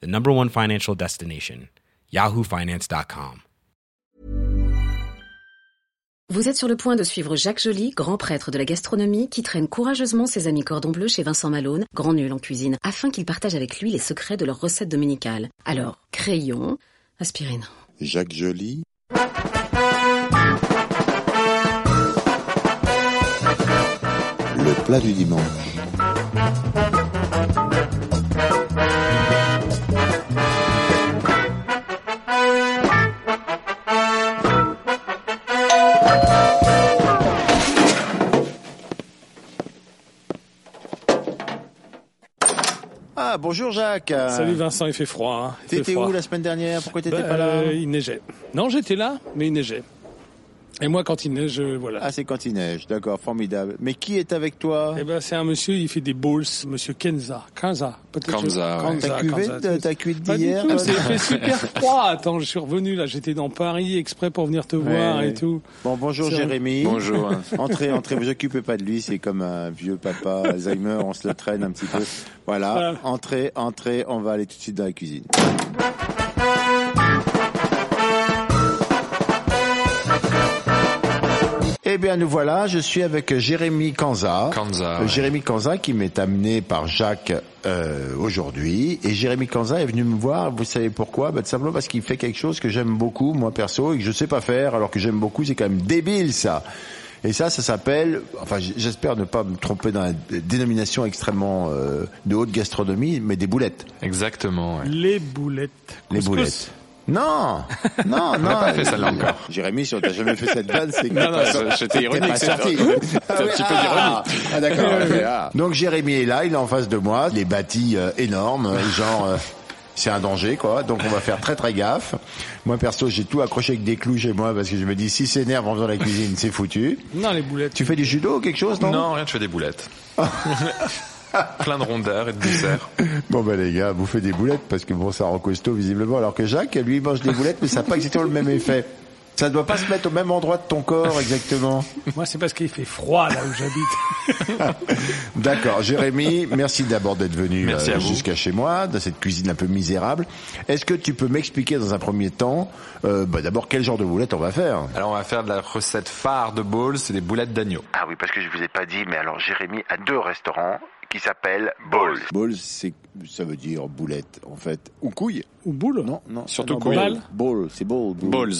the number one financial destination, yahoofinance.com. Vous êtes sur le point de suivre Jacques Joly, grand prêtre de la gastronomie, qui traîne courageusement ses amis cordon bleu chez Vincent Malone, grand nul en cuisine, afin qu'il partage avec lui les secrets de leurs recettes dominicales. Alors, crayon, aspirine. Jacques Joly, le plat du dimanche. Ah, bonjour Jacques. Euh, Salut Vincent, il fait froid. Hein. Il fait T'étais froid. où la semaine dernière Pourquoi t'étais Bah, pas là hein euh, Il neigeait. Non, j'étais là, mais il neigeait. Et moi, quand il neige, euh, voilà. Ah, c'est quand il neige, d'accord, formidable. Mais qui est avec toi Eh ben, c'est un monsieur, il fait des balls, monsieur Kenza. Kenza, peut-être. Kenza, ouais. Ta Kenza. cuvée, de- ta cuite Pas du d'hier tout, c'est- il fait super froid. Attends, je suis revenu là, j'étais dans Paris exprès pour venir te voir ouais. et tout. Bon, bonjour C'est- Jérémy. Bonjour. Entrez, entrez, vous occupez pas de lui, c'est comme un vieux papa Alzheimer, on se le traîne un petit peu. Voilà, Voilà. entrez, entrez, on va aller tout de suite dans la cuisine. Eh bien, nous voilà, je suis avec Jérémy Kanza. Kanza, Euh, ouais. Jérémy Kanza qui m'est amené par Jacques euh, aujourd'hui. Et Jérémy Kanza est venu me voir, vous savez pourquoi bah, Tout simplement parce qu'il fait quelque chose que j'aime beaucoup, moi perso, et que je sais pas faire, alors que j'aime beaucoup, c'est quand même débile ça. Et ça, ça s'appelle, enfin j- j'espère ne pas me tromper dans la dénomination extrêmement euh, de haute gastronomie, mais des boulettes. Exactement. ouais. Les boulettes. Les Couscous. boulettes. Non, non, non. pas fait celle-là encore. Jérémy, si on t'a jamais fait cette vanne, c'est que Non, t'es non, pas c'est- sorti. c'était T'es ironique, pas c'est- sorti. Ah un oui, petit peu ah, d'ironique. Ah, d'accord. ok, ah. Donc Jérémy est là, il est en face de moi, les bâtis euh, énormes, euh, genre. euh, c'est un danger, quoi. Donc, on va faire très, très gaffe. Moi, perso, j'ai tout accroché avec des clous chez moi parce que je me dis, si s'énerve en faisant la cuisine, c'est foutu. Non, les boulettes. Tu fais du judo ou quelque chose, non? Non, rien, tu fais des boulettes. Plein de rondeurs et de desserts. Bon ben les gars, vous faites des boulettes parce que bon, ça rend costaud visiblement, alors que Jacques, lui, il mange des boulettes, mais ça n'a pas exactement le même effet. Ça ne doit pas se mettre au même endroit de ton corps exactement. Moi, c'est parce qu'il fait froid là où j'habite. D'accord, Jérémy, merci d'abord d'être venu Merci euh, à vous. jusqu'à chez moi, dans cette cuisine un peu misérable. Est-ce que tu peux m'expliquer dans un premier temps, euh, bah, d'abord quel genre de boulettes on va faire Alors, on va faire de la recette phare de bowls, c'est des boulettes d'agneau. Ah oui, parce que je vous ai pas dit, mais alors Jérémy a deux restaurants qui s'appellent Balls. Balls, c'est ça veut dire boulette en fait, ou couille Ou boule non. Surtout non, couille. ball. Ball, c'est ball. Balls. Balls.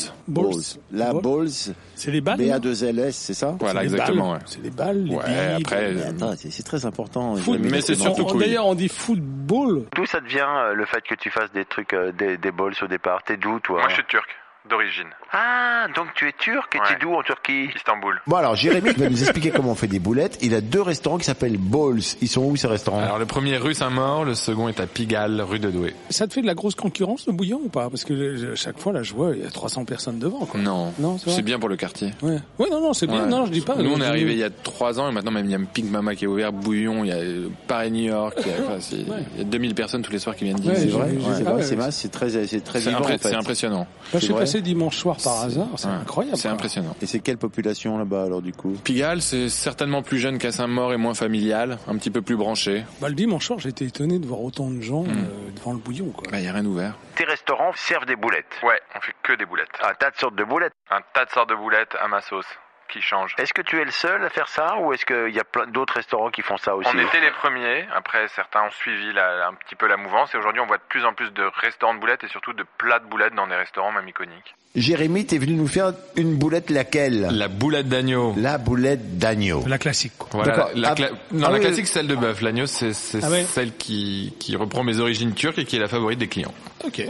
Balls. La Balls. balls, C'est les balles Ah, non BA2LS, c'est ça Voilà, C'est les exactement. balles. ouais. C'est les balles, les Ouais, billes. après, Mais attends, c'est c'est très important. Foot, Jérémy, mais c'est comment- surtout on- D'ailleurs, on dit football. D'où ça devient euh, le fait que tu fasses des trucs, euh, des, des Balls au départ T'es d'où toi Moi, je suis turc, d'origine. Ah, donc tu es turc et Ouais. t'es d'où en Turquie Istanbul. Bon alors Jérémy va nous expliquer comment on fait des boulettes. Il a deux restaurants qui s'appellent Balls. Ils sont où ces restaurants Alors, le premier rue Saint-Maur, le second est à Pigalle, rue de Douai. Ça te fait de la grosse concurrence, le bouillon, ou pas Parce que euh, à chaque fois, là, je vois, il y a 300 personnes devant, quoi. Non. Non, c'est vrai. bien pour le quartier. Ouais. ouais, non, non, c'est bien. Mm. Ouais. Non, je dis pas. euh, Nous, on Je- est arrivé il y a trois ans et maintenant, même, il y a Pink Mama qui est ouvert, Bouillon, il y a euh, Paris, New York, il y a, enfin, c'est- il y a 2000 personnes tous les soirs qui viennent Ouais, C'est dîner. vrai, j'ai- ouais, j'ai- c'est ah vrai, ouais, c'est mal, c'est très, c'est très C'est vivant impré- en fait. c'est impressionnant. Bah, je suis vrai. passé dimanche soir par hasard. C'est incroyable. C'est quoi. impressionnant. Et c'est quelle population là-bas alors du coup Pigalle, c'est certainement plus jeune qu'à Saint-Maur et moins familial, un petit peu plus branché. Bah, le dimanche soir, j'étais étonné de voir autant de Mm. gens euh, devant le bouillon, quoi. Bah, il y a rien ouvert. Tes restaurants servent des boulettes. Ouais, on fait que des boulettes. Un tas de sortes de boulettes. Un tas de sortes de boulettes à ma sauce qui changent. Est-ce que tu es le seul à faire ça ou est-ce qu'il y a plein d'autres restaurants qui font ça aussi On était les premiers, après certains ont suivi la- un petit peu la mouvance et aujourd'hui on voit de plus en plus de restaurants de boulettes et surtout de plats de boulettes dans des restaurants même iconiques. Jérémy, t'es venu nous faire une boulette laquelle La boulette d'agneau. La boulette d'agneau. La classique, quoi. Voilà, D'accord. la, Ah, cla- ah non, la oui. classique, c'est celle de bœuf. L'agneau, c'est c'est Ah ouais. celle qui, qui reprend mes origines turques et qui est la favorite des clients.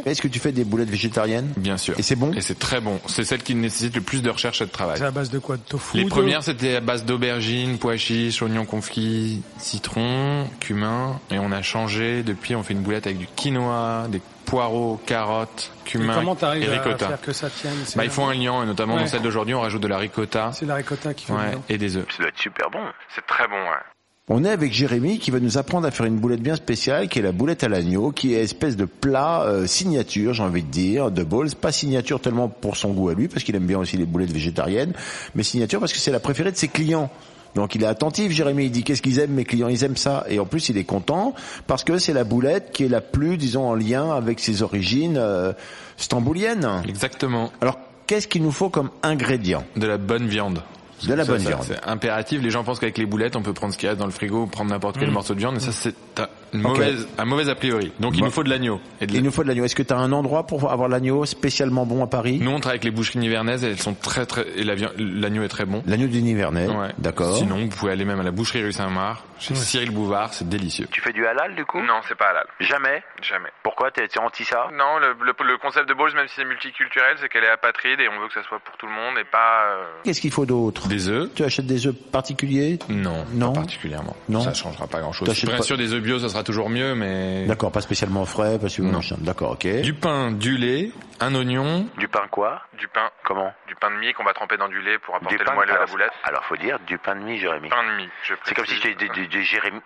Est-ce que tu fais des boulettes végétariennes Bien sûr. Et c'est bon Et c'est très bon. C'est celle qui nécessite le plus de recherche et de travail. C'est à base de quoi De tofu. Les de- premières, c'était à base d'aubergines, pois chiches, oignons confits, citron, cumin. Et on a changé. Depuis, on fait une boulette avec du quinoa, des poireaux, carottes, Mais cumin Comment et t'arrives à ricotta. faire que ça tienne c'est Bah, la- ils font un lien, et notamment dans Ouais. celle d'aujourd'hui, on rajoute de la ricotta C'est la ricotta qui fait ouais, le lien. et des œufs. Ça doit être super bon. C'est très bon, ouais. On est avec Jérémy qui va nous apprendre à faire une boulette bien spéciale qui est la boulette à l'agneau, qui est espèce de plat euh, signature, j'ai envie de dire, de Bowles. Pas signature tellement pour son goût à lui, parce qu'il aime bien aussi les boulettes végétariennes, mais signature parce que c'est la préférée de ses clients. Donc il est attentif, Jérémy, il dit qu'est-ce qu'ils aiment, mes clients, ils aiment ça. Et en plus il est content parce que c'est la boulette qui est la plus, disons, en lien avec ses origines euh, stambooliennes. Exactement. Alors qu'est-ce qu'il nous faut comme ingrédient De la bonne viande. De la Ça, bonne ça, viande. C'est impératif. Les gens pensent qu'avec les boulettes, on peut prendre ce qu'il y a dans le frigo, prendre n'importe quel morceau de viande. Et ça, c'est un mauvais, un mauvais a priori. Donc, il Bon. nous faut de l'agneau. Et de la- Il Bah. nous faut de l'agneau. Est-ce que tu as un endroit pour avoir l'agneau spécialement bon à Paris Nous, on travaille avec les boucheries nivernaises. Elles sont très, très, et la viande- l'agneau est très bon. L'agneau du Nivernais, Ouais. d'accord. Sinon, vous pouvez aller même à la boucherie rue Saint-Marc, chez Cyril Bouvard, c'est délicieux. Tu fais du halal du coup Non, c'est pas halal. Jamais. Jamais. Pourquoi t'es t'es anti ça Non, le, le, le concept de Bowls, même si c'est multiculturel, c'est qu'elle est apatride et on veut que ça soit pour tout le monde et pas. euh, Qu'est-ce qu'il faut d'autre Des œufs Tu achètes des œufs particuliers Non, Non. pas particulièrement. Non. Ça changera pas grand-chose. T'achètes Bien pas- sûr, des œufs bio, ça sera toujours mieux, mais... D'accord, pas spécialement frais, parce que Non. machin. D'accord, ok. Du pain, du lait, un oignon, Du pain quoi Du pain. Comment Du pain de mie qu'on va tremper dans du lait pour apporter Du le pain moelleux à la alors- boulette. Alors faut dire du pain de mie, Jérémy. Pain de mie, je C'est comme si précise. je t'ai dit du, du Jérémy.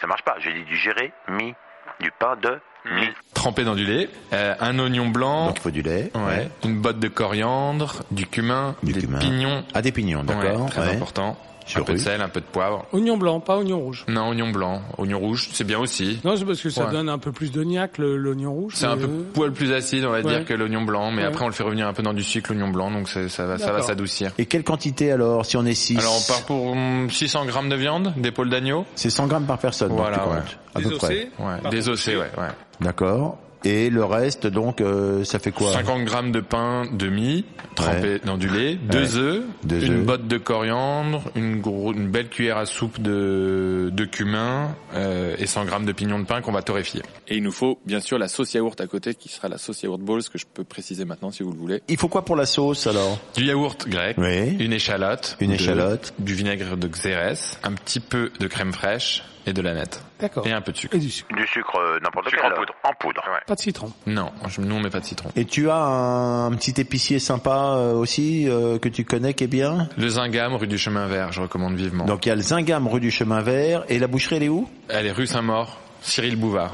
Ça marche pas. J'ai dit du Jérémy. Du pain de mie. Mie. trempé dans du lait, euh, un oignon blanc, Donc il faut du lait. ouais, une botte de coriandre, du cumin, Du des cumin. pignons, À des pignons, d'accord. ouais, très ouais. important, Sur un peu de rue. sel, un peu de poivre. Oignon blanc, pas oignon rouge. Non, oignon blanc, oignon rouge, c'est bien aussi. Non, c'est parce que ça Mm. Ouais. donne un peu plus de niaque, le- l'oignon rouge. C'est un mais, peu euh, poil plus acide, on va Ouais. dire, que l'oignon blanc, mais Ouais. après on le fait revenir un peu dans du sucre, l'oignon blanc, donc c'est- ça va, ça va D'accord. s'adoucir. Et quelle quantité alors, si on est 6 Alors on part pour hum, 600 grammes de viande, d'épaule d'agneau, C'est 100 grammes par personne, donc Voilà, tu ouais. comptes, à peu près. ouais, Pardon. désossé, ouais, ouais. D'accord. Et le reste, donc, euh, ça fait quoi 50 grammes de pain demi trempé dans du lait, deux œufs, Deux une œufs. botte de coriandre, une, gro- une belle cuillère à soupe de, de cumin euh, et 100 grammes de pignon de pain qu'on va torréfier. Et il nous faut bien sûr la sauce yaourt à côté qui sera la sauce yaourt balls que je peux préciser maintenant si vous le voulez. Il faut quoi pour la sauce alors Du yaourt grec, Oui. une échalote, Une de- échalote. du vinaigre de xérès, un petit peu de crème fraîche et de la nette D'accord. et un peu de sucre. Et du sucre. Du sucre euh, n'importe Sucre quel. en alors. poudre. En poudre. Ouais. Pas de citron. Non, je- nous on met pas de citron. Et tu as un, un petit épicier sympa euh, aussi euh, que tu connais qui est bien Le zingame rue du chemin vert, je recommande vivement. Donc il y a le Zingame rue du Chemin Vert et la boucherie elle est où Elle est rue Saint-Maur, Cyril Bouvard.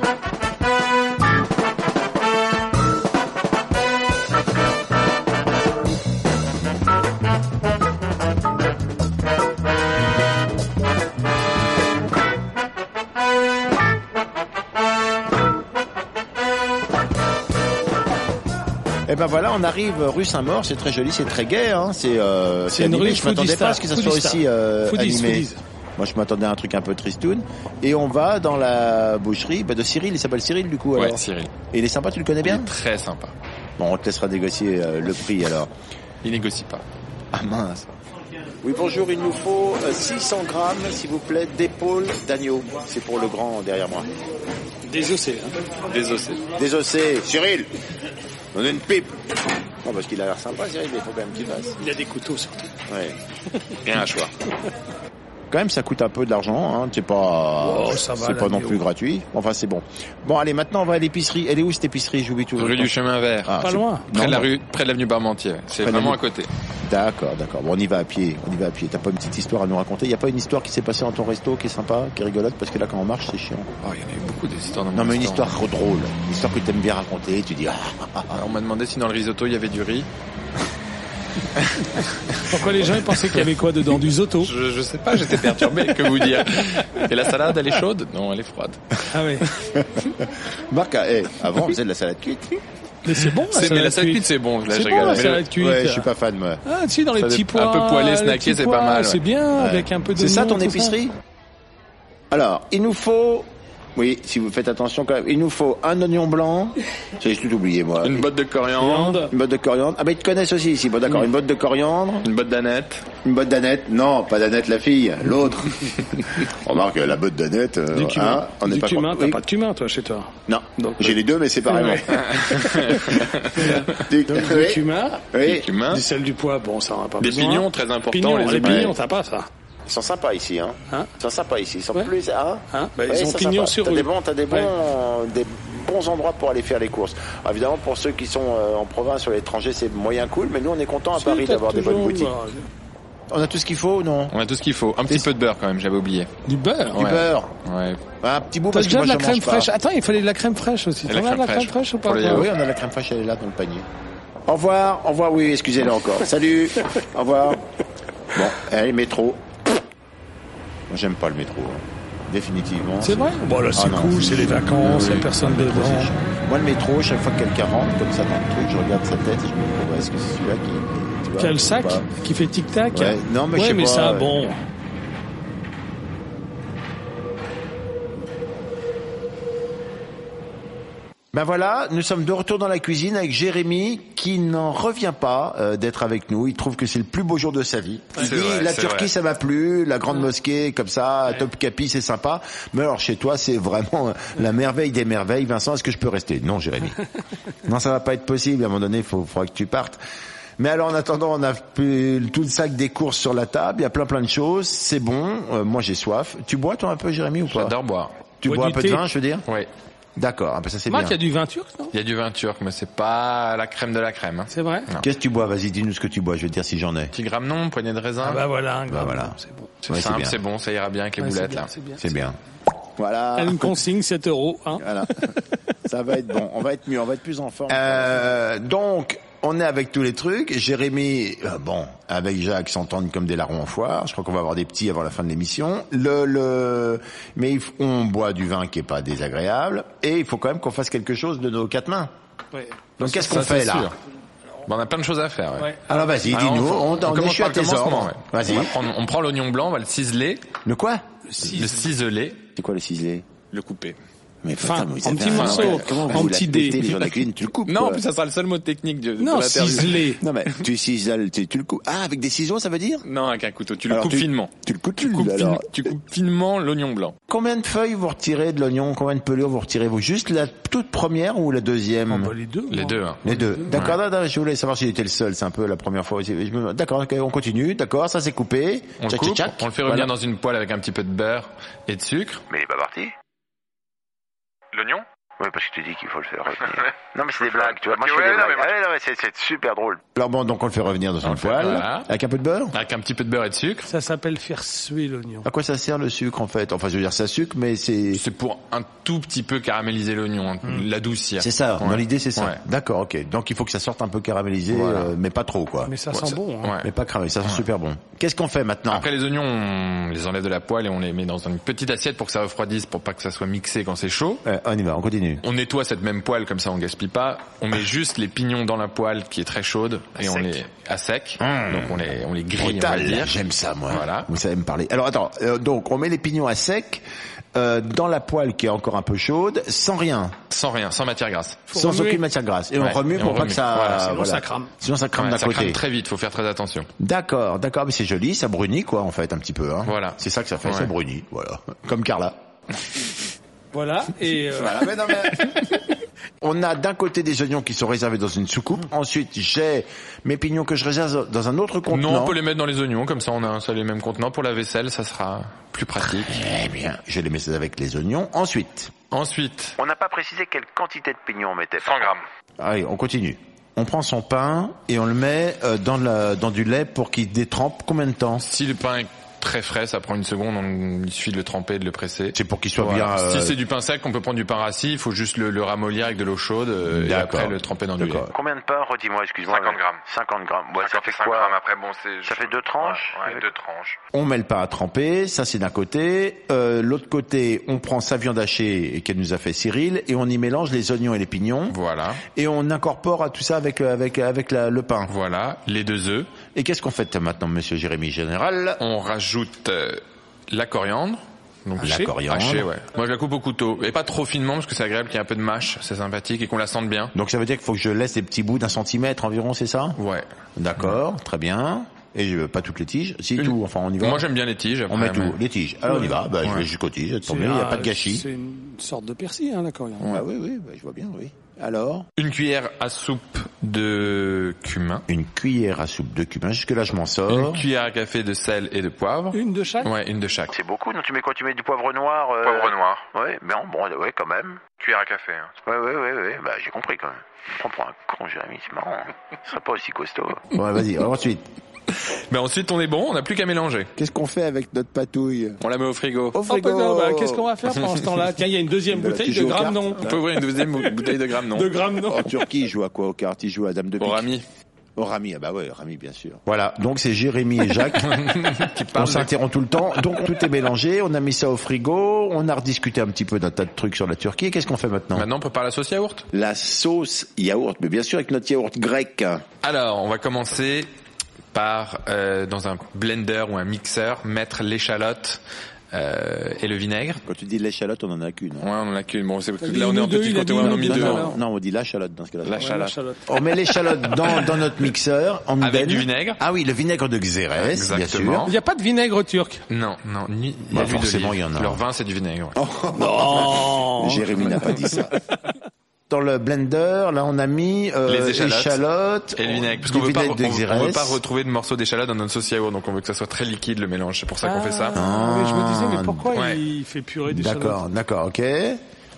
Eh ben voilà, on arrive rue Saint-Maur, c'est très joli, c'est très gai, hein. c'est euh, C'est une animé. rue Je m'attendais foodista, pas à ce que ça soit foodista. aussi euh, Foodies, animé. foodies. Moi, je m'attendais à un truc un peu tristoun. Et on va dans la boucherie bah, de Cyril. Il s'appelle Cyril du coup. Ouais, alors. Cyril. Et il est sympa, tu le connais Il bien est très sympa. Bon, on te laissera négocier euh, le prix alors. Il négocie pas. Ah mince. Oui, bonjour. Il nous faut 600 grammes, s'il vous plaît, d'épaule d'agneau. C'est pour le grand derrière moi. Des océans. Désossé. Désossé. Cyril, on a une pipe. Non, parce qu'il a l'air sympa, Cyril, mais il faut quand même qu'il fasse. Il a des couteaux surtout. Ouais. Et un hachoir. Quand même, ça coûte un peu de l'argent, hein. C'est pas, Oh, ça va, c'est la pas non vidéo. plus gratuit. Enfin, c'est bon. Bon, allez, maintenant, on va à l'épicerie. Elle est où cette épicerie J'oublie toujours. Rue le temps. du Chemin Vert. Ah, Pas c'est- loin. Près non, de la non. rue, près de l'avenue Parmentier. C'est Près de vraiment à l'avenue. côté. D'accord, d'accord. Bon, on y va à pied. On y va à pied. T'as pas une petite histoire à nous raconter Il y a pas une histoire qui s'est passée dans ton resto qui est sympa, qui est rigolote Parce que là, quand on marche, c'est chiant. Oh, il y en a eu beaucoup des histoires dans mon Non, mais une restaurant. histoire trop drôle. Une histoire que t'aimes bien raconter. Tu dis, ah, Alors, on m'a demandé si dans le risotto il y avait du riz. Pourquoi les gens ils pensaient qu'il y avait quoi dedans Du zoto. Je, je sais pas, j'étais perturbé, que vous dire. Et la salade, elle est chaude Non, elle est froide. Ah ouais. Marc, eh, avant, on faisait de la salade cuite. Mais c'est bon, C'est- mais la salade cuite, c'est bon. Là, C'est bon, je la rigole. Ah, salade cuite. Ouais, je suis pas fan, moi. Ah, tu sais, dans les Ça petits dépend- pois. un peu poêlé, les snacké, petits c'est pois, pas mal, ouais. C'est bien, avec un peu de. C'est ça ton épicerie Alors, il nous faut Oui, si vous faites attention quand même. Il nous faut un oignon blanc. J'ai tout oublié, moi. Une botte de coriandre, Une botte de coriandre. Ah, mais ils te connaissent aussi ici. Bon, d'accord. Une botte de coriandre. une botte d'aneth, Une botte d'aneth. Non, pas d'aneth, la fille. L'autre. Remarque, la botte d'aneth, euh, Du cumin. hein, on n'est du pas cumin, contre- t'as oui. pas de cumin, toi, chez toi. Non. Donc, euh, J'ai les deux, mais séparément. Du- Donc, oui, du cumin, oui. du cumin, du sel du poids, bon, ça, on a pas des besoin. pignons, très important, Pignons, les les amis. pignons, t'as pas ça. Ils sont sympas ici, hein. Hein Ils sont sympas ici. Ils sont Ouais. plus, hein. Hein Bah, ils Ouais, ont sont pignon sympas. sur T'as rue. des bons, t'as des bons, Ouais. euh, des bons endroits pour aller faire les courses. Alors, évidemment, pour ceux qui sont euh, en province ou à l'étranger, c'est moyen cool, mais nous, on est content à Paris T'as d'avoir des toujours, bonnes boutiques. bah, On a tout ce qu'il faut, ou non On a tout ce qu'il faut. Un petit peu de beurre quand même, j'avais oublié. Du beurre. Du Ouais. beurre, Ouais. un petit bout T'as parce que déjà moi, de la je mange crème pas. fraîche. Attends, il fallait de la crème fraîche aussi. Et T'en as de la crème fraîche ou pas Pour les toi Ah oui, on a la crème fraîche, elle est là dans le panier. Au revoir, au revoir, oui, excusez-la encore. Salut, au revoir. Bon, allez, métro. Moi, j'aime pas le métro. hein. Définitivement. C'est vrai Bon, là, c'est Ah non, cool, c'est- c'est les vacances, la personne Métro, dedans. c'est chiant. Moi, le métro, chaque fois que quelqu'un rentre comme ça dans le truc, je regarde sa tête et je me dis, bon, est-ce que c'est celui-là qui. tu vois, Qui a le ou sac pas qui fait tic-tac Ouais, non, mais je sais Ouais, mais pas, ça, ouais. bon. Ben voilà, nous sommes de retour dans la cuisine avec Jérémy qui n'en revient pas euh, d'être avec nous. Il trouve que c'est le plus beau jour de sa vie. Il C'est dit vrai, la c'est Turquie vrai. ça m'a plu, la grande mosquée comme ça, Topkapi c'est sympa. Mais alors chez toi c'est vraiment euh, la merveille des merveilles. Vincent, est-ce que je peux rester Non Jérémy. non ça va pas être possible. À un moment donné, il faudra que tu partes. Mais alors en attendant, on a pu- tout le sac des courses sur la table. Il y a plein plein de choses. C'est bon. Euh, moi j'ai soif. Tu bois toi un peu Jérémy ou pas J'adore boire. Tu Bois bois un du peu de thé. vin, je veux dire Ouais. D'accord. Ah, ben, ça c'est bien. Marc, il y a du vin turc, non Il y a du vin turc, mais c'est pas la crème de la crème. Hein. C'est vrai Non. Qu'est-ce que tu bois Vas-y, dis-nous ce que tu bois, je vais te dire si j'en ai. Petit gramme non, poignée de raisin. Ah bah voilà, un gramme, voilà. c'est bon. c'est ouais, c'est simple, bien. c'est bon, ça ira bien avec les Ouais, boulettes c'est bien, là. c'est bien. C'est bien. Voilà. Elle me consigne 7 euros. Hein. Ah. Voilà. Ça va être bon. On va être mieux. On va être plus en forme. Euh, donc, on est avec tous les trucs. Jérémy, euh, bon, avec Jacques s'entendent comme des larrons en foire. Je crois qu'on va avoir des petits avant la fin de l'émission. Le, le, mais il f- on boit du vin qui est pas désagréable. Et il faut quand même qu'on fasse quelque chose de nos quatre mains. Ouais. Donc, qu'est-ce Ça, qu'on c'est fait là sûr. Bah, on a plein de choses à faire. Ouais. Ouais. Alors, vas-y, Alors, dis-nous. On, on, je commence suis à par le tes commencement, ordres. ouais. Vas-y. On, va prendre- on prend l'oignon blanc, on va le ciseler, Le quoi le ciseler, C'est quoi le ciselé le couper. Mais Fin, putain, mais en ça petits fait un- morceaux, Comment vous en la petits pétez, dés. les gens de la cuisine, tu le coupes. Non, quoi. puis ça sera le seul mot technique de, de Non, l'interview. ciselé. Non mais tu ciseles, tu, tu le coupes. Ah, avec des ciseaux, ça veut dire Non, avec un couteau, tu le Alors, coupes finement. Tu le coupes, Tu coupes, alors. fin- tu coupes finement l'oignon blanc. Combien de feuilles vous retirez de l'oignon Combien de pelures vous retirez vous Juste la toute première ou la deuxième Bah, les deux. Les moi. deux. Hein. Les deux. D'accord, non, non, je voulais savoir si j'étais le seul, c'est un peu la première fois aussi. Je me- D'accord, ok, on continue, d'accord, ça c'est coupé. On le Tchac, coupe, tchac, tchac. on le fait revenir Voilà. dans une poêle avec un petit peu de beurre et de sucre. Mais il est pas parti L'oignon Oui, parce que tu dis qu'il faut le faire revenir. non, mais c'est des blagues, tu vois. Moi, je Ouais, fais des non, blagues. mais moi, Ah ouais, non, mais c'est c'est super drôle. Alors bon, donc on le fait revenir dans On une le fait, poêle, voilà. avec un peu de beurre Avec un petit peu de beurre et de sucre. Ça s'appelle faire suer l'oignon. Ah. À quoi ça sert le sucre en fait Enfin, je veux dire, ça sucre, mais c'est... C'est pour un tout petit peu caraméliser l'oignon, hein, l'adoucir. C'est ça, dans Ouais. l'idée c'est ça. Ouais. D'accord, ok. Donc il faut que ça sorte un peu caramélisé, Voilà. euh, mais pas trop quoi. Mais ça Ouais, sent ça- bon. Hein. ouais. Mais pas cramé, ça sent super bon. Qu'est-ce qu'on fait maintenant Après les oignons, on les enlève de la poêle et on les met dans une petite assiette pour que ça refroidisse, pour pas que ça soit mixé quand c'est chaud. Euh, On y va, on continue. On nettoie cette même poêle comme ça on gaspille pas. On met juste les pignons dans la poêle qui est très chaude et on sec. les à sec. Mmh. Donc on les on les grille on va Brutal, dire. j'aime ça moi. Voilà. Vous savez me parler. Alors attends, euh, donc on met les pignons à sec euh, dans la poêle qui est encore un peu chaude, sans rien, Sans rien, sans matière grasse. Faut sans remuer. aucune matière grasse, et Ouais, on remue et pour on pas remue. que ça. Voilà, sinon ça crame. Sinon ça crame Ouais, d'un ça côté. crame très vite, faut faire très attention. D'accord, d'accord, mais c'est joli, ça brunit quoi en fait un petit peu. Hein. Voilà. C'est ça que ça fait, Ouais. ça brunit, voilà. Comme Carla. Voilà. Et Bah, euh, Voilà, mais non, mais- On a d'un côté des oignons qui sont réservés dans une soucoupe. Ensuite, j'ai mes pignons que je réserve dans un autre contenant. Non, on peut les mettre dans les oignons comme ça on a un seul et même contenant pour la vaisselle, ça sera plus pratique. Eh bien, je les mets avec les oignons. Ensuite, Ensuite, On n'a pas précisé quelle quantité de pignons on mettait. 100 grammes. allez, Ah on continue. On prend son pain et on le met euh, dans, la, dans du lait pour qu'il détrempe. Combien de temps si le pain est très frais, ça prend une seconde, on, il suffit de le tremper, de le presser. C'est pour qu'il soit Voilà. bien. euh, Si c'est du pain sec, on peut prendre du pain rassis, il faut juste le, le ramollir avec de l'eau chaude euh, et D'accord. après le tremper dans du lait. D'accord. Combien de pain Redis-moi, excuse-moi. 50 grammes. 50 grammes. Ouais, ça fait 55 quoi grammes après, bon, c'est. Ça je- fait deux tranches Ouais, ouais, Avec- deux tranches. On met le pain à tremper, ça c'est d'un côté. Euh, L'autre côté, on prend sa viande hachée qu'elle nous a fait Cyril et on y mélange les oignons et les pignons Voilà, et on incorpore à tout ça avec euh, avec avec la- le pain. voilà, les deux œufs. Et qu'est-ce qu'on fait maintenant, Monsieur Jérémy Général On rajoute euh, la coriandre, Donc La coriandre. Haché, ouais. Moi, je la coupe au couteau. Et pas trop finement, parce que c'est agréable qu'il y ait un peu de mâche, c'est sympathique, et qu'on la sente bien. Donc ça veut dire qu'il faut que je laisse des petits bouts d'un centimètre environ, c'est ça Ouais. D'accord, très bien. Et je veux pas toutes les tiges, si Une- tout, enfin on y va. Moi, j'aime bien les tiges. on après, met tout, mais- les tiges. Alors on y va, bah, je Ouais. vais jusqu'aux tiges, tant C'est mieux, il n'y a un- pas de gâchis. C'est une sorte de persil, hein, la coriandre. Ah oui, oui, bah, je vois bien, oui. Alors Une cuillère à soupe de cumin. Une cuillère à soupe de cumin, jusque-là je m'en Une sors. cuillère à café de sel et de poivre. Bah, Une de chaque Ouais, une de chaque. C'est beaucoup, non Tu mets quoi Tu mets du poivre noir euh, Poivre noir, Ouais, bon, bon, ouais, quand même. cuillère à café. hein. Ouais, ouais, ouais, ouais, bah j'ai compris quand même. On prend un con, Jérémy, c'est marrant. hein. Ce serait pas aussi costaud. Ouais, vas-y, alors ensuite, Mais Ben, ensuite, on est bon, on n'a plus qu'à mélanger. qu'est-ce qu'on fait avec notre patouille On la met au frigo. Au Oh, frigo putain, bah, Qu'est-ce qu'on va faire pendant ce temps-là Tiens, il y a une deuxième Bah, bouteille tu de joues aux gramme cartes. non. On peut ouvrir une deuxième bou- bouteille de gramme, non De gramme non. En Turquie, il joue à quoi au kart Il joue à Dame de Pique. Pour Rami, Au Rami, ah bah ouais, Rami, bien sûr. Voilà, donc c'est Jérémy et Jacques. qui on parle de- s'interrompt tout le temps. Donc tout est mélangé, on a mis ça au frigo, on a rediscuté un petit peu d'un tas de trucs sur la Turquie. Et Qu'est-ce qu'on fait maintenant Maintenant, on prépare la sauce yaourt. La sauce yaourt, mais bien sûr avec notre yaourt grec. Alors, on va commencer par, euh, dans un blender ou un mixeur, mettre l'échalote euh, et le vinaigre. Quand tu dis l'échalote, on en a qu'une. hein. Ouais, on en a qu'une. Bon, c'est- dit là, on est nous en deux, petit il a côté, dit ouais, on en a nous mis deux, deux. alors. hein. non, on dit la chalote dans ce cas-là. La Ouais, la chalote. chalote. On met l'échalote dans, dans notre mixeur. On Avec baigne. du vinaigre Ah oui, le vinaigre de Xérès, bien sûr. Exactement. Il n'y a pas de vinaigre turc. Non, non, ni, Bah, la l'huile forcément, d'olive. il y en a. Leur vin, c'est du vinaigre. ouais. Non, Jérémy n'a pas dit ça. Dans le blender, là, on a mis euh, Les échalotes. échalotes, Et le vinaigre, parce du qu'on veut pas, vinaigre de on- on veut Xérès. pas retrouver de morceaux d'échalote dans notre sauce yaourt, donc on veut que ça soit très liquide le mélange. C'est pour ça qu'on fait ça. Ah, oui, je me disais, mais pourquoi Ouais. il fait purée des chalotes D'accord, d'accord, ok.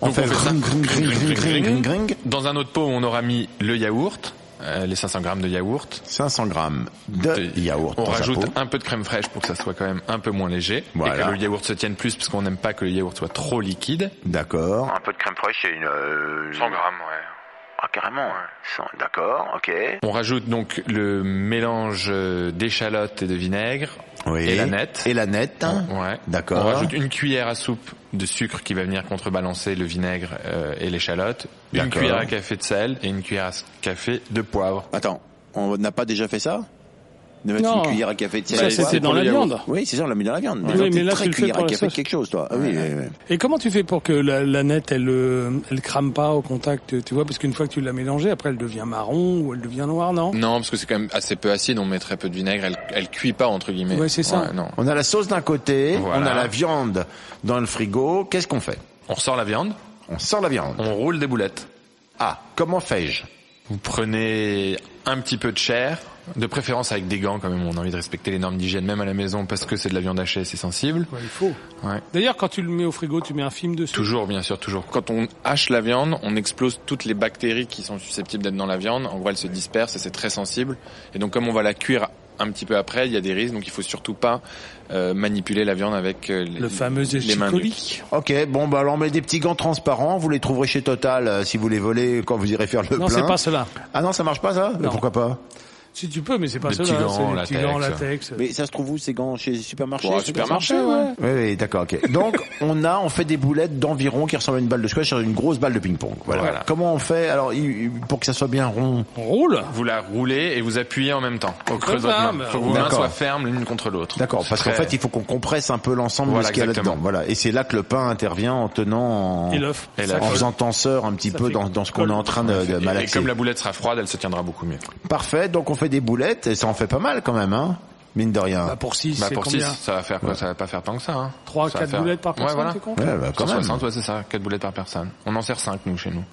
On Donc fait, on fait ça. gring, gring, gring, gring, gring, gring, gring. Dans un autre pot, on aura mis le yaourt, euh, les 500 grammes de yaourt. 500 grammes de Et Euh, yaourt. On dans un rajoute pot. un peu de crème fraîche pour que ça soit quand même un peu moins léger et Voilà. que le yaourt se tienne plus, parce qu'on n'aime pas que le yaourt soit trop liquide. D'accord. Un peu de crème fraîche et une. euh, 100 grammes, ouais. Ah, carrément, ouais. Cent- D'accord, ok. On rajoute donc le mélange euh, d'échalote et de vinaigre Oui. et la nette. Et la nette. hein. Ouais. D'accord. On rajoute une cuillère à soupe de sucre qui va venir contrebalancer le vinaigre euh, et l'échalote, une D'accord. cuillère à café de sel et une cuillère à s- café de poivre. Attends, on n'a pas déjà fait ça De mettre Non. une cuillère à café de sel Ça, et quoi c'était dans la viande. Oui, c'est ça, on l'a mis dans la viande. Oui, Toi, mais t'es là, très tu le fais cuillère pour à la café de sauce. quelque chose, toi. Ah oui, oui, oui. Et comment tu fais pour que la, la nette, elle, euh, elle crame pas au contact, tu vois, parce qu'une fois que tu l'as mélangée, après elle devient marron ou elle devient noire, non Non, parce que c'est quand même assez peu acide, on met très peu de vinaigre, elle, elle cuit pas entre guillemets. Ouais, c'est ça. non. On a la sauce d'un côté, on Voilà. a la viande dans le frigo. Qu'est-ce qu'on fait On ressort la viande, On sort la viande. on roule des boulettes. Ah, comment fais-je Vous prenez un petit peu de chair, de préférence avec des gants quand même, on a envie de respecter les normes d'hygiène même à la maison parce que c'est de la viande hachée, c'est sensible. Ouais, il faut. Ouais. D'ailleurs, quand tu le mets au frigo, tu mets un film dessus. Toujours, bien sûr, toujours. Quand on hache la viande, on explose toutes les bactéries qui sont susceptibles d'être dans la viande. En gros, elles se dispersent et c'est très sensible. Et donc, comme on va la cuire un petit peu après, il y a des risques. Donc, il faut surtout pas euh, manipuler la viande avec euh, les, Le fameux les mains. nues. échicoli. Ok, bon bah alors on met des petits gants transparents, vous les trouverez chez Total euh, si vous les volez quand vous irez faire le Non, plein. c'est pas cela. Ah non, ça marche pas ça Mais Non. Pourquoi pas Si tu peux, mais c'est pas Des cela. petits gants, c'est des petits gants, latex. latex. Mais ça se trouve où ces gants chez les supermarchés Ouais, c'est pas supermarché, ça ouais. Oui, oui, d'accord, ok. Donc on a, on fait des boulettes d'environ qui ressemblent à une balle de squash sur une grosse balle de ping-pong. Voilà. Voilà. Comment on fait alors il- pour que ça soit bien rond On roule. Vous la roulez et vous appuyez en même temps au creux de votre ça, main. mais- Faut que vos mains D'accord. soient fermes l'une contre l'autre. bah, D'accord, parce qu'en Très- fait il faut qu'on compresse un peu l'ensemble Voilà, de ce qu'il y a exactement. là-dedans. Voilà, et c'est là que le pain intervient en tenant, en, Et l'œuf. Et Ça l'œuf. en colle. faisant tenseur un petit Ça peu fait dans, dans ce qu'on colle. est en train de, de Et- et, malaxer. comme la boulette sera froide, elle se tiendra beaucoup mieux. Parfait, donc on fait des boulettes et ça en fait pas mal quand même, hein Mine de rien. Bah, pour 6, Bah, c'est pour combien 6, ça va faire quoi Ça va pas faire tant que ça. Hein. 3, Ça va 4 faire- boulettes par personne, Ouais, voilà. c'est con Ouais, bah, quand même. 160, ouais, c'est ça, 4 boulettes par personne. On en sert 5, nous, chez nous.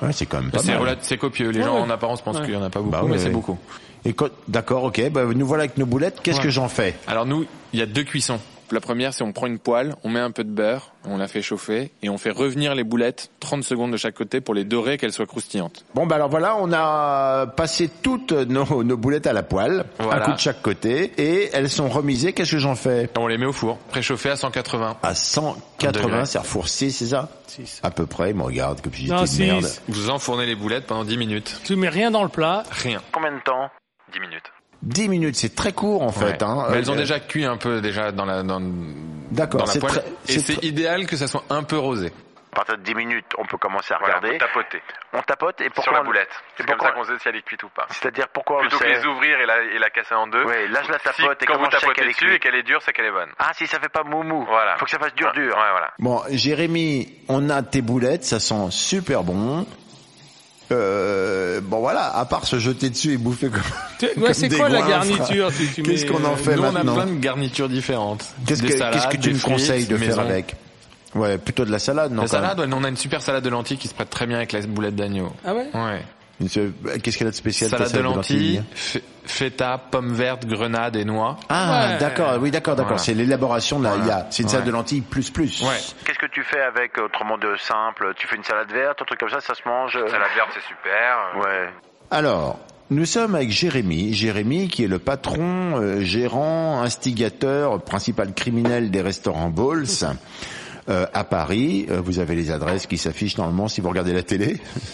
Ouais, c'est quand même pas C'est mal. relat- c'est copieux. Les Ouais, gens, ouais. en apparence, pensent Ouais. qu'il y en a pas beaucoup, Bah ouais, mais c'est ouais. beaucoup. Et quand- d'accord, ok. Bah, nous voilà avec nos boulettes. Qu'est-ce Ouais. que j'en fais Alors nous, il y a deux cuissons. La première, c'est on prend une poêle, on met un peu de beurre, on la fait chauffer et on fait revenir les boulettes 30 secondes de chaque côté pour les dorer qu'elles soient croustillantes. Bon, bah alors voilà, on a passé toutes nos, nos boulettes à la poêle, Voilà. un coup de chaque côté, et elles sont remisées. Qu'est-ce que j'en fais Et on les met au four, préchauffées à 180. À Degré. 180, c'est refourcé, c'est ça Six. À peu près. Il me regarde comme si j'étais Non, une merde. six. Vous enfournez les boulettes pendant 10 minutes. Tu mets rien dans le plat. Rien. Combien de temps 10 minutes. 10 minutes, c'est très court en fait. Ouais. Hein. Mais elles ont Euh, déjà cuit un peu déjà dans la dans, D'accord, dans la c'est poêle. très- et c'est c'est très- idéal que ça soit un peu rosé. partir de 10 minutes, on peut commencer à Voilà, regarder. vous tapotez on tapote et pourquoi sur la on- boulette. et C'est comme pourquoi- ça qu'on sait si elle est cuite ou pas. C'est-à-dire Oh, pourquoi on le Plutôt que sait. les ouvrir et la, et la casser en deux. Ouais, là je la si, tapote et quand comment vous je sais tapotez qu'elle est dessus et cuite qu'elle est dure, c'est qu'elle est bonne. Ah si ça fait pas moumou. Voilà. Faut que ça fasse dur Ouais, dur. Ouais, voilà. Bon, Jérémy, on a tes boulettes, ça sent super bon. Euh, bon voilà, à part se jeter dessus et bouffer comme. Tu- Comme Ouais, c'est des quoi la goinfres. garniture si tu Qu'est-ce mets, qu'on en euh, fait Nous, maintenant on a plein de garnitures différentes. Qu'est-ce Des que, salades, qu'est-ce que tu des me frites, conseilles de faire maison. avec Ouais, plutôt de la salade, non La quand même. salade, ouais, nous, on a une super salade de lentilles qui se prête très bien avec la boulette d'agneau. Ah ouais Ouais. Monsieur, Qu'est-ce qu'elle a de spécial ta Salade de lentilles, fe- feta, pommes vertes, grenades et noix. Ah, Ouais. d'accord, oui, d'accord, d'accord. Voilà. C'est l'élaboration de la. Voilà. il y a- C'est une salade Ouais. de lentilles plus plus. Ouais. Qu'est-ce que tu fais avec autrement de Euh, simple Tu fais une salade verte, un truc comme ça, ça se mange. euh, Ça, la verte, c'est super. Ouais. Alors, nous sommes avec Jérémy. Jérémy qui est le patron, euh, gérant, instigateur, principal criminel des restaurants Bowls. euh, à Paris, Euh, vous avez les adresses qui s'affichent normalement si vous regardez la télé.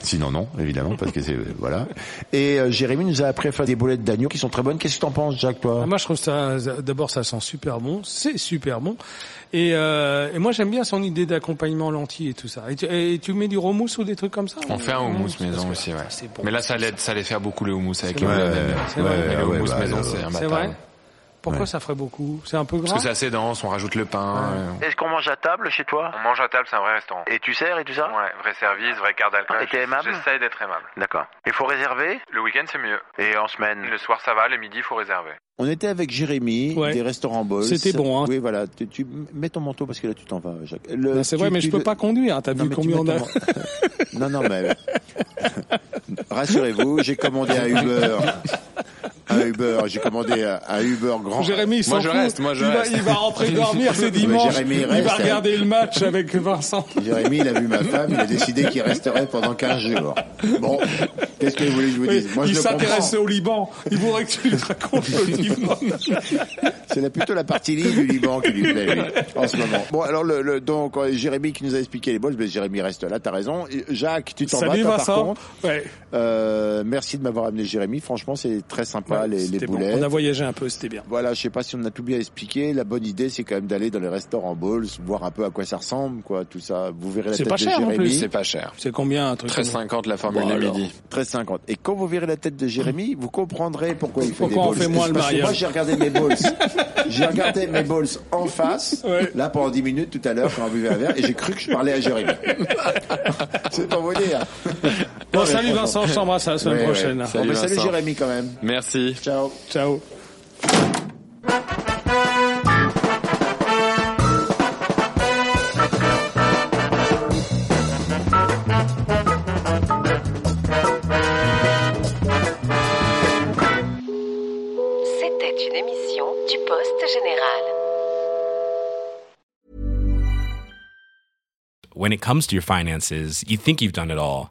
Sinon non, évidemment, parce que c'est euh, voilà. Et euh, Jérémy nous a après fait des boulettes d'agneau qui sont très bonnes. Qu'est-ce que t'en penses, Jacques, toi Ah, moi, je trouve ça, ça- d'abord, ça sent super bon, c'est super bon. Et, euh, et moi, j'aime bien son idée d'accompagnement lentilles et tout ça. Et tu, et tu mets du romousse ou des trucs comme ça On ou- fait un non, houmous c'est parce maison que- aussi, ouais. Ah, c'est bon. Mais là, ça euh, l'aide, ça allait faire beaucoup le houmous avec C'est la vrai. boulette d'agneau. c'est vrai. Mais le houmous bah, maison, alors. c'est un C'est bâtard. vrai Pourquoi ça ferait beaucoup C'est un peu gras Parce que c'est assez dense, on rajoute le pain. euh, Est-ce qu'on mange à table chez toi On mange à table, c'est un vrai restaurant. Et tu sers et tout ça Ouais, vrai service, vrai quart d'alcool. Et t'es aimable J'essaye d'être aimable. D'accord. Il faut réserver Le week-end, c'est mieux. et en semaine. Le soir, ça va. Le midi, il faut réserver. On était avec Jérémy Ouais. des restaurants Bowls. C'était bon, hein. Oui, voilà. Tu, tu- mets ton manteau parce que là tu t'en vas, Jacques. Le- Non, Bah, C'est vrai, tu- mais je tu peux le- pas conduire. T'as vu mais tu combien on mets a ton man- non, non, mais euh, rassurez-vous, j'ai commandé un Uber. Un Uber, j'ai commandé un- un Uber grand. Jérémy, il s'en Moi, je fout. reste, moi, je il, reste. Va, il va rentrer dormir, c'est dimanche. Jérémy, il reste. va regarder le match avec Vincent. Jérémy, il a vu ma femme, il a décidé qu'il resterait pendant 15 jours. Bon, qu'est-ce que vous voulez que je vous Oui, dise Moi, je il le s'intéressait comprends. au Liban. Il voudrait que tu lui racontes le Liban. C'est la- plutôt la partie libre du Liban qui lui plaît, lui, en ce moment. Bon, alors, le, le- donc, euh, Jérémy qui nous a expliqué les bols, mais Jérémy reste là, t'as raison. Et Jacques, tu t'en vas, Salut toi, hein, par Vincent. contre. Ouais, Euh, merci de m'avoir amené Jérémy. Franchement, c'est très sympa, ouais, les, les c'était bon. boulettes. On a voyagé un peu, c'était bien. Voilà, je sais pas si on a tout bien expliqué. La bonne idée, c'est quand même d'aller dans les restaurants Bowls, voir un peu à quoi ça ressemble, quoi, tout ça. Vous verrez la C'est tête pas de cher, en Jérémy. plus, C'est pas cher. C'est combien un truc comme- 13,50 la formule Bon, du alors, midi. 13,50. Et quand vous verrez la tête de Jérémy, vous comprendrez pourquoi il fait Hmm. Pourquoi des on balls. fait moins le Parce que mariage Moi, j'ai regardé mes balls. j'ai regardé mes balls en face, Ouais. là, pendant 10 minutes tout à l'heure, quand on buvait un verre, et j'ai cru que je parlais à Jérémy. c'est pas vous dire. Bon, Ouais, salut franchement. Vincent, je t'embrasse à la semaine Ouais, ouais. prochaine. Bon, Salut, ben, salut Vincent. Jérémy quand même. Merci. Ciao. Ciao. C'était une émission du Poste Général. when it comes to your finances, you think you've done it all.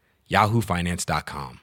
yahoofinance.com.